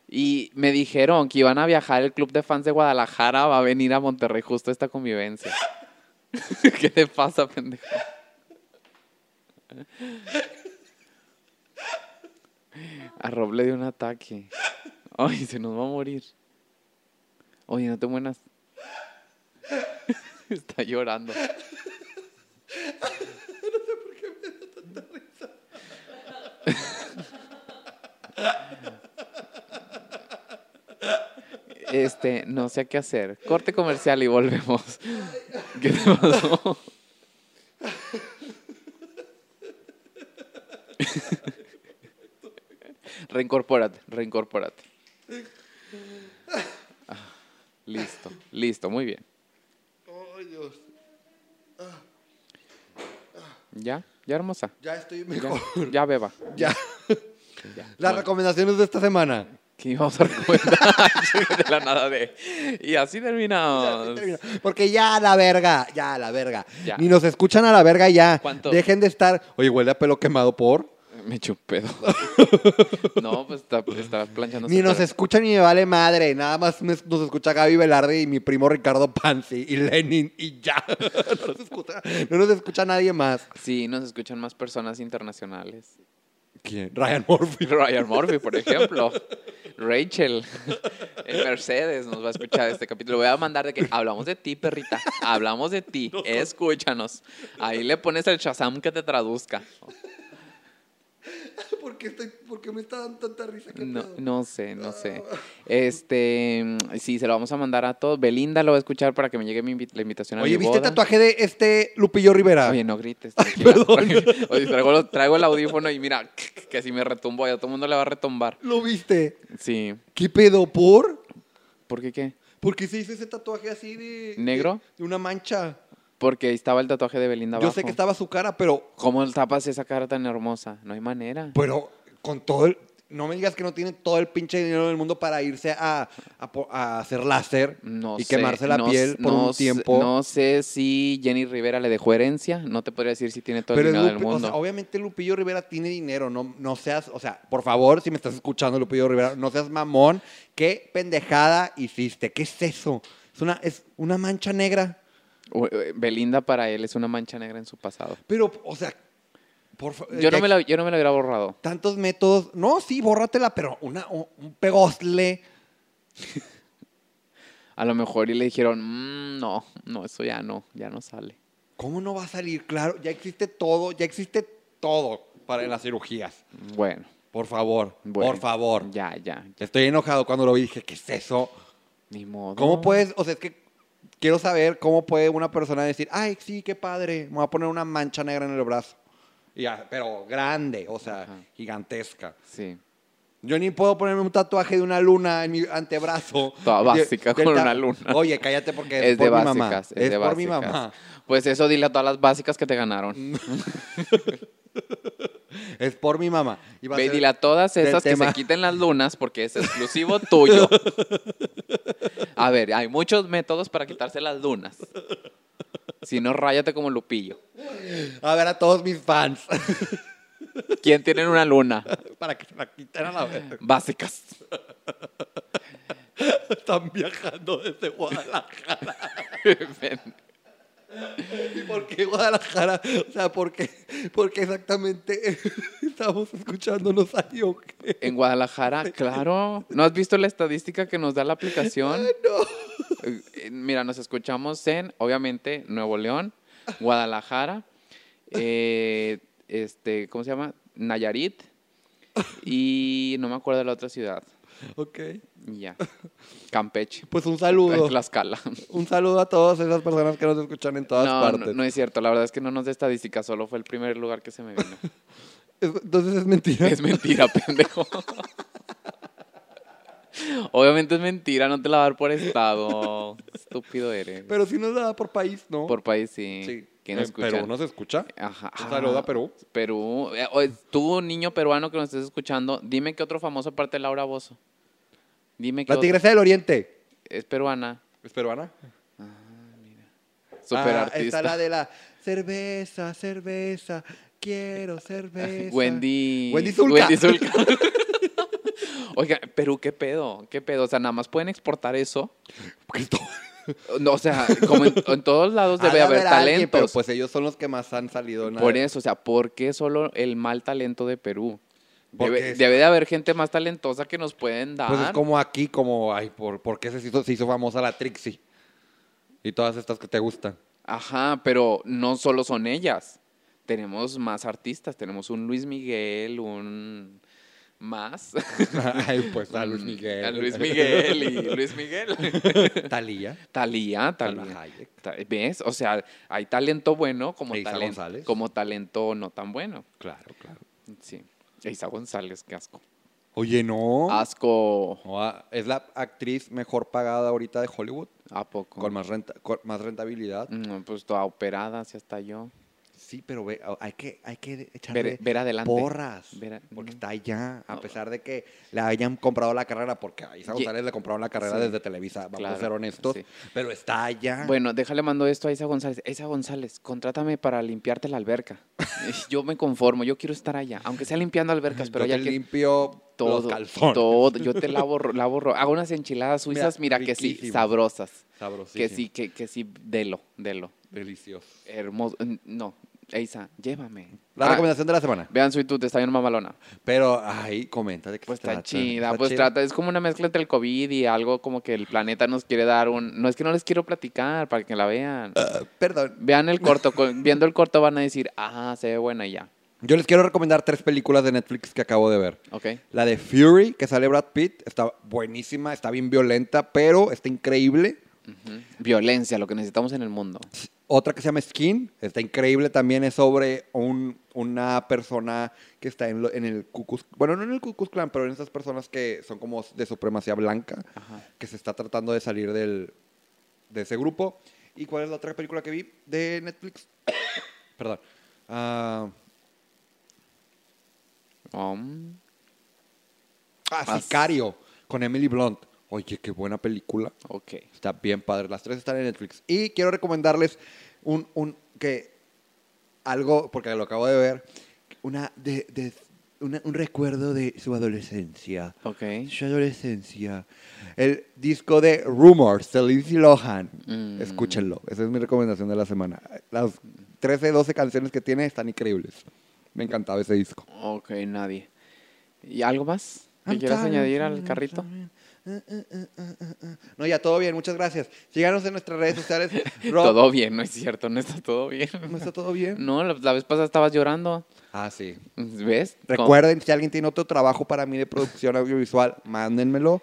Speaker 2: Y me dijeron que iban a viajar el club de fans de Guadalajara, va a venir a Monterrey justo esta convivencia. ¿Qué te pasa, pendejo? A Rob le dio un ataque. Ay, se nos va a morir. Oye, no te mueras. Está llorando. Este, no sé qué hacer. Corte comercial y volvemos. ¿Qué te pasó? Reincorpórate, reincorpórate. Ah, Listo, listo, muy bien. Ya, ya hermosa.
Speaker 1: Ya estoy
Speaker 2: Ya,
Speaker 1: mejor.
Speaker 2: ya beba.
Speaker 1: Ya.
Speaker 2: Ya.
Speaker 1: Las recomendaciones de esta semana.
Speaker 2: que íbamos a recomendar de la nada de. Y así terminamos.
Speaker 1: Termino. Porque ya a la verga, ya a la verga.
Speaker 2: Ya.
Speaker 1: Ni nos escuchan a la verga ya.
Speaker 2: ¿Cuánto?
Speaker 1: Dejen de estar. Oye, huele a pelo quemado por.
Speaker 2: Me eché un pedo. no, pues está, está planchando.
Speaker 1: Ni nos escuchan ni me vale madre. Nada más me- nos escucha Gaby Velarde y mi primo Ricardo Panzi y Lenin y ya. no, nos escucha, no nos escucha nadie más.
Speaker 2: Sí, nos escuchan más personas internacionales.
Speaker 1: ¿Quién? Ryan Murphy.
Speaker 2: Ryan Murphy, por ejemplo. Rachel. En Mercedes nos va a escuchar este capítulo. Voy a mandar de que hablamos de ti, perrita. Hablamos de ti. Escúchanos. Ahí le pones el Shazam que te traduzca.
Speaker 1: ¿Por qué, estoy- por qué me está dando tanta risa? ¿Qué
Speaker 2: No,
Speaker 1: pedo?
Speaker 2: no sé, no sé. Este, mm, sí, se lo vamos a mandar a todos. Belinda lo va a escuchar para que me llegue mi invi- la invitación a
Speaker 1: Oye,
Speaker 2: mi
Speaker 1: ¿viste el
Speaker 2: boda.
Speaker 1: tatuaje de este Lupillo Rivera?
Speaker 2: Oye, no grites. tranquila. Oye, traigo, lo- traigo el audífono y mira, que si me retumbo, ya todo el mundo le va a retumbar.
Speaker 1: ¿Lo viste?
Speaker 2: Sí.
Speaker 1: ¿Qué pedo por?
Speaker 2: ¿Por qué qué?
Speaker 1: ¿Por qué se hizo ese tatuaje así de.
Speaker 2: ¿Negro?
Speaker 1: De, de una mancha.
Speaker 2: Porque ahí estaba el tatuaje de Belinda
Speaker 1: Yo
Speaker 2: abajo.
Speaker 1: sé que estaba su cara, pero.
Speaker 2: ¿Cómo tapas esa cara tan hermosa? No hay manera.
Speaker 1: Pero con todo el. No me digas que no tiene todo el pinche dinero del mundo para irse a, a po- a hacer láser
Speaker 2: No
Speaker 1: y
Speaker 2: sé,
Speaker 1: quemarse la
Speaker 2: no
Speaker 1: piel
Speaker 2: s-
Speaker 1: por
Speaker 2: no
Speaker 1: un
Speaker 2: s-
Speaker 1: tiempo.
Speaker 2: No sé si Jenny Rivera le dejó herencia. No te podría decir si tiene todo
Speaker 1: pero
Speaker 2: el
Speaker 1: es
Speaker 2: dinero del
Speaker 1: Lupi- o
Speaker 2: mundo.
Speaker 1: sea, obviamente Lupillo Rivera tiene dinero, no, no seas, o sea, por favor, si me estás escuchando, Lupillo Rivera, no seas mamón, qué pendejada hiciste, ¿qué es eso? Es una, es una mancha negra,
Speaker 2: O- eh, Belinda para él es una mancha negra en su pasado.
Speaker 1: pero, o sea, por eh, favor.
Speaker 2: Yo no me la, yo no me la hubiera borrado.
Speaker 1: tantos métodos. No, sí, bórratela, pero una, o- un pegosle.
Speaker 2: A lo mejor y le dijeron, "Mm, no, no, eso ya no, ya no sale.
Speaker 1: ¿Cómo no va a salir? Claro, ya existe todo, ya existe todo para las cirugías.
Speaker 2: Bueno,
Speaker 1: Por favor,
Speaker 2: bueno.
Speaker 1: por favor.
Speaker 2: Ya, ya,
Speaker 1: Estoy enojado cuando lo vi, dije, ¿qué es eso?
Speaker 2: ni modo.
Speaker 1: ¿Cómo puedes? O sea, es que quiero saber cómo puede una persona decir, ay, sí, qué padre, me voy a poner una mancha negra en el brazo. Y ya, pero grande, o sea,
Speaker 2: Ajá.
Speaker 1: gigantesca.
Speaker 2: Sí.
Speaker 1: Yo ni puedo ponerme un tatuaje de una luna en mi antebrazo.
Speaker 2: Toda
Speaker 1: De-
Speaker 2: básica
Speaker 1: del
Speaker 2: con
Speaker 1: ta-
Speaker 2: una luna.
Speaker 1: Oye, cállate porque es,
Speaker 2: Es
Speaker 1: por
Speaker 2: de
Speaker 1: mi mamá.
Speaker 2: básicas,
Speaker 1: Es,
Speaker 2: es de
Speaker 1: por mi
Speaker 2: básicas.
Speaker 1: mamá.
Speaker 2: Pues eso dile a todas las básicas que te ganaron.
Speaker 1: Es por mi mamá. Y va a
Speaker 2: Ve, y
Speaker 1: ser-
Speaker 2: dile a todas
Speaker 1: del
Speaker 2: esas que
Speaker 1: tema.
Speaker 2: se quiten las lunas porque es exclusivo tuyo. A ver, hay muchos métodos para quitarse las lunas. Si no, ráyate como Lupillo.
Speaker 1: A ver a todos mis fans.
Speaker 2: ¿Quién tiene una luna?
Speaker 1: para que se la quiten a la vez.
Speaker 2: Básicas.
Speaker 1: Están viajando desde Guadalajara. ¿Y por qué Guadalajara? O sea, ¿por qué, por qué exactamente estamos escuchándonos ahí o qué?
Speaker 2: En Guadalajara, claro. ¿No has visto la estadística que nos da la aplicación?
Speaker 1: Ah, No.
Speaker 2: Eh, mira, nos escuchamos en, obviamente, Nuevo León, Guadalajara, eh, este, ¿cómo se llama? Nayarit y no me acuerdo de la otra ciudad.
Speaker 1: Ok.
Speaker 2: Y ya. Campeche.
Speaker 1: Pues un saludo.
Speaker 2: Tlaxcala.
Speaker 1: Un saludo a todas esas personas que nos escuchan en todas
Speaker 2: no,
Speaker 1: partes.
Speaker 2: No, no es cierto, la verdad es que no nos de estadística, solo fue el primer lugar que se me vino.
Speaker 1: Es- Entonces es mentira.
Speaker 2: es mentira, pendejo. Obviamente es mentira, no te la va a dar por estado. Estúpido eres.
Speaker 1: Pero si nos da por país, ¿no?
Speaker 2: por país sí.
Speaker 1: sí.
Speaker 2: ¿Quién
Speaker 1: En
Speaker 2: escucha?
Speaker 1: Perú no se escucha.
Speaker 2: Ajá.
Speaker 1: Un saludo a Perú.
Speaker 2: Perú. Eh, oye, Tú, niño peruano que nos estés escuchando, dime qué otro famoso aparte de Laura Bozo. Dime que
Speaker 1: La Ah, tigresa del oriente.
Speaker 2: es peruana.
Speaker 1: ¿Es peruana?
Speaker 2: Super
Speaker 1: Ah,
Speaker 2: artista.
Speaker 1: Está la de la cerveza, cerveza, quiero cerveza.
Speaker 2: Wendy.
Speaker 1: Wendy Zulka.
Speaker 2: Wendy Zulka. Oiga, Perú, ¿qué pedo? ¿Qué pedo? O sea, nada más pueden exportar eso.
Speaker 1: Cristóbal.
Speaker 2: No, o sea, como en, en todos lados
Speaker 1: Ha de
Speaker 2: debe haber
Speaker 1: haber alguien,
Speaker 2: talentos.
Speaker 1: pero pues ellos son los que más han salido. en la-
Speaker 2: Por eso, o sea, ¿por qué solo el mal talento de Perú?
Speaker 1: Porque
Speaker 2: Debe,
Speaker 1: es-
Speaker 2: debe de haber gente más talentosa que nos pueden dar.
Speaker 1: Pues es como aquí, como, ay, ¿por, por qué se hizo, se hizo famosa la Trixie? Y todas estas que te gustan.
Speaker 2: Ajá, pero no solo son ellas. Tenemos más artistas. Tenemos un Luis Miguel, un más.
Speaker 1: ay, pues a Luis Miguel.
Speaker 2: Mm, A Luis Miguel y Luis Miguel.
Speaker 1: Talía.
Speaker 2: Talía,
Speaker 1: Salma
Speaker 2: Talía.
Speaker 1: Hayek.
Speaker 2: Ta- ¿Ves? O sea, hay talento bueno como,
Speaker 1: Eiza
Speaker 2: talen-
Speaker 1: González.
Speaker 2: como talento no tan bueno.
Speaker 1: Claro, claro.
Speaker 2: Sí. Isa González, qué asco.
Speaker 1: Oye, no.
Speaker 2: Asco.
Speaker 1: No, ah, es la actriz mejor pagada ahorita de Hollywood,
Speaker 2: ¿A poco?
Speaker 1: con más, renta, con más rentabilidad.
Speaker 2: No, pues toda operada, así hasta yo.
Speaker 1: Sí, pero ve, ah, hay, que, hay que echarle
Speaker 2: Ver, ver adelante.
Speaker 1: porras.
Speaker 2: Ver a-
Speaker 1: porque
Speaker 2: no.
Speaker 1: está allá, a
Speaker 2: No.
Speaker 1: pesar de que le hayan comprado la carrera, porque a Isa
Speaker 2: Ye-
Speaker 1: González le compraron la carrera
Speaker 2: Sí.
Speaker 1: desde Televisa, vamos
Speaker 2: Claro,
Speaker 1: a ser honestos.
Speaker 2: sí.
Speaker 1: Pero está allá.
Speaker 2: Bueno, déjale mando esto a Isa González. Isa González, contrátame para limpiarte la alberca. yo me conformo, yo quiero estar allá, aunque sea limpiando albercas, pero
Speaker 1: yo
Speaker 2: ya
Speaker 1: te
Speaker 2: que
Speaker 1: limpio
Speaker 2: todo,
Speaker 1: los calzones.
Speaker 2: todo, yo te lavo, ro- lavo, ro- hago unas enchiladas suizas, mira, que sí,
Speaker 1: riquísimas.
Speaker 2: sabrosas,
Speaker 1: Sabrosísimo.
Speaker 2: que sí, que, que sí, delo, delo,
Speaker 1: Delicioso.
Speaker 2: hermoso, mm, no, Isa, llévame.
Speaker 1: La
Speaker 2: Ah,
Speaker 1: recomendación de la semana.
Speaker 2: Vean su YouTube, está bien mamalona.
Speaker 1: Pero, ay, comenta de qué
Speaker 2: Pues
Speaker 1: se
Speaker 2: está
Speaker 1: trata.
Speaker 2: chida,
Speaker 1: Está
Speaker 2: pues
Speaker 1: chida.
Speaker 2: trata, es como una mezcla entre el COVID y algo como que el planeta nos quiere dar un... No es que no les quiero platicar para que la vean.
Speaker 1: Ah, Perdón.
Speaker 2: Vean el corto, con- viendo el corto van a decir, ah, se ve buena y ya,
Speaker 1: Yo les quiero recomendar tres películas de Netflix que acabo de ver.
Speaker 2: ¿ok?
Speaker 1: La de Fury, que sale Brad Pitt, está buenísima, está bien violenta, pero está increíble.
Speaker 2: Ujú. Violencia, lo que necesitamos en el mundo.
Speaker 1: Otra que se llama Skin, está increíble también, es sobre un- una persona que está en, lo- en el Cucus, bueno, no en el Cucus Clan, pero en esas personas que son como de supremacía blanca,
Speaker 2: Ajá.
Speaker 1: que se está tratando de salir del, de ese grupo. ¿Y cuál es la otra película que vi de Netflix? Perdón. Ah,
Speaker 2: Um,
Speaker 1: ah,
Speaker 2: As-
Speaker 1: Sicario, con Emily Blunt. Oye, qué buena película.
Speaker 2: ok.
Speaker 1: Está bien padre. Las tres están en Netflix. Y quiero recomendarles un, un que algo, porque lo acabo de ver, una de, de- una- un recuerdo de su adolescencia.
Speaker 2: Ok.
Speaker 1: Su adolescencia. El disco de Rumors de Lindsay Lohan.
Speaker 2: Mm.
Speaker 1: Escúchenlo. Esa es mi recomendación de la semana. Las 13, 12 canciones que tiene están increíbles. Me encantaba ese disco.
Speaker 2: Ok, nadie. ¿Y algo más que quieras añadir al carrito?
Speaker 1: Uh, No, ya todo bien, muchas gracias. Síganos en nuestras redes sociales. Rob,
Speaker 2: Todo bien, no es cierto, no está todo bien.
Speaker 1: ¿No está todo bien?
Speaker 2: No, la, la vez pasada estabas llorando,
Speaker 1: Ah, sí.
Speaker 2: ¿ves? Con-
Speaker 1: Recuerden, si alguien tiene otro trabajo para mí de producción audiovisual, mándenmelo.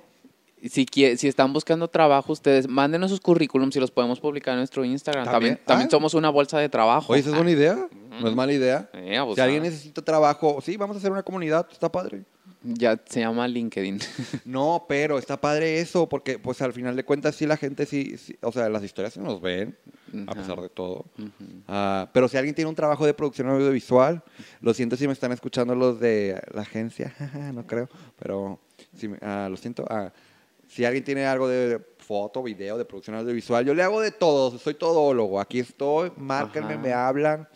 Speaker 2: Si, quie- si están buscando trabajo, ustedes mándenos sus currículums y los podemos publicar en nuestro Instagram. También,
Speaker 1: También.
Speaker 2: también,
Speaker 1: Ah.
Speaker 2: somos una bolsa de trabajo.
Speaker 1: Oye, ¿esa es buena idea? No es mala idea.
Speaker 2: Eh,
Speaker 1: Si
Speaker 2: abusada.
Speaker 1: alguien necesita trabajo, sí, vamos a hacer una comunidad, está padre.
Speaker 2: Ya se llama LinkedIn.
Speaker 1: No, pero está padre eso, porque pues al final de cuentas sí la gente sí, sí- o sea, las historias se nos ven, a
Speaker 2: Ajá.
Speaker 1: pesar de todo. Ah, pero si alguien tiene un trabajo de producción audiovisual, lo siento si me están escuchando los de la agencia, no creo, pero si me- ah, lo siento. Ah, si alguien tiene algo de foto, video, de producción audiovisual, yo le hago de todo, soy todólogo, aquí estoy, márquenme,
Speaker 2: Ajá.
Speaker 1: me hablan,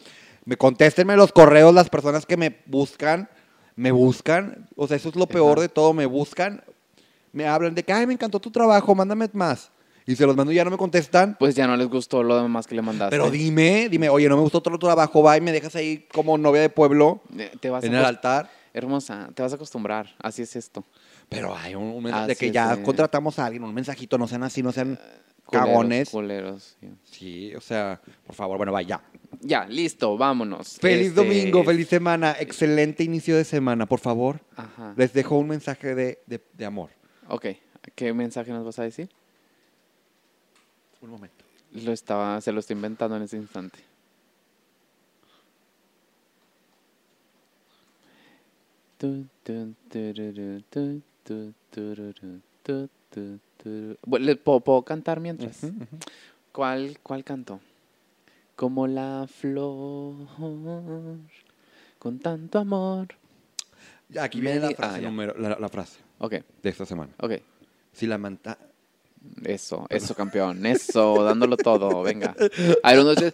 Speaker 1: me contéstenme los correos las personas que me buscan, me buscan, o sea, eso es lo peor
Speaker 2: Ajá.
Speaker 1: de todo, me buscan, me hablan de que, ay, me encantó tu trabajo, mándame más. Y se los mando y ya no me contestan.
Speaker 2: Pues ya no les gustó lo demás que le mandaste.
Speaker 1: Pero dime, dime, oye, no me gustó otro trabajo, va y me dejas ahí como novia de pueblo
Speaker 2: Eh, te vas
Speaker 1: en
Speaker 2: a
Speaker 1: el
Speaker 2: acost-
Speaker 1: altar.
Speaker 2: Hermosa, te vas a acostumbrar. Así es esto.
Speaker 1: Pero hay un, un mensaje de
Speaker 2: Así
Speaker 1: que
Speaker 2: es,
Speaker 1: ya
Speaker 2: eh.
Speaker 1: contratamos a alguien, un mensajito, no sean así, no sean
Speaker 2: Culeros,
Speaker 1: cagones.
Speaker 2: Culeros, sí.
Speaker 1: Sí, o sea, por favor, bueno, vaya.
Speaker 2: Ya, listo, vámonos.
Speaker 1: Feliz
Speaker 2: Este,
Speaker 1: domingo, feliz semana, excelente inicio de semana, por favor.
Speaker 2: Ajá.
Speaker 1: Les dejo un mensaje de, de- de amor.
Speaker 2: Ok, ¿qué mensaje nos vas a decir?
Speaker 1: Un momento.
Speaker 2: Lo estaba, se lo estoy inventando en ese instante. Tun, tun, tururú, tun, tun, tururú, tun, tun, tururú. Bu- ¿Le puedo, puedo cantar mientras? ¿Cuál, ¿Cuál canto? Como la flor, con tanto amor.
Speaker 1: Aquí viene la
Speaker 2: Medi-
Speaker 1: frase,
Speaker 2: ah, ya.
Speaker 1: número- la- la frase
Speaker 2: Ok,
Speaker 1: de esta semana.
Speaker 2: ok.
Speaker 1: Si la manta...
Speaker 2: Eso, eso, campeón. Eso, dándolo todo. Venga. A ver, uno, dos, tres.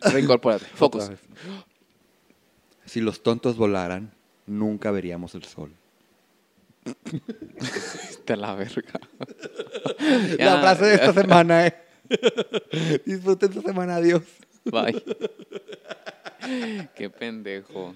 Speaker 2: Reincorpórate. Focus.
Speaker 1: Otra vez. Si los tontos volaran, nunca veríamos el sol.
Speaker 2: De la verga.
Speaker 1: La frase de esta semana eh. es... Disfruten su semana, adiós.
Speaker 2: Bye. Qué pendejo.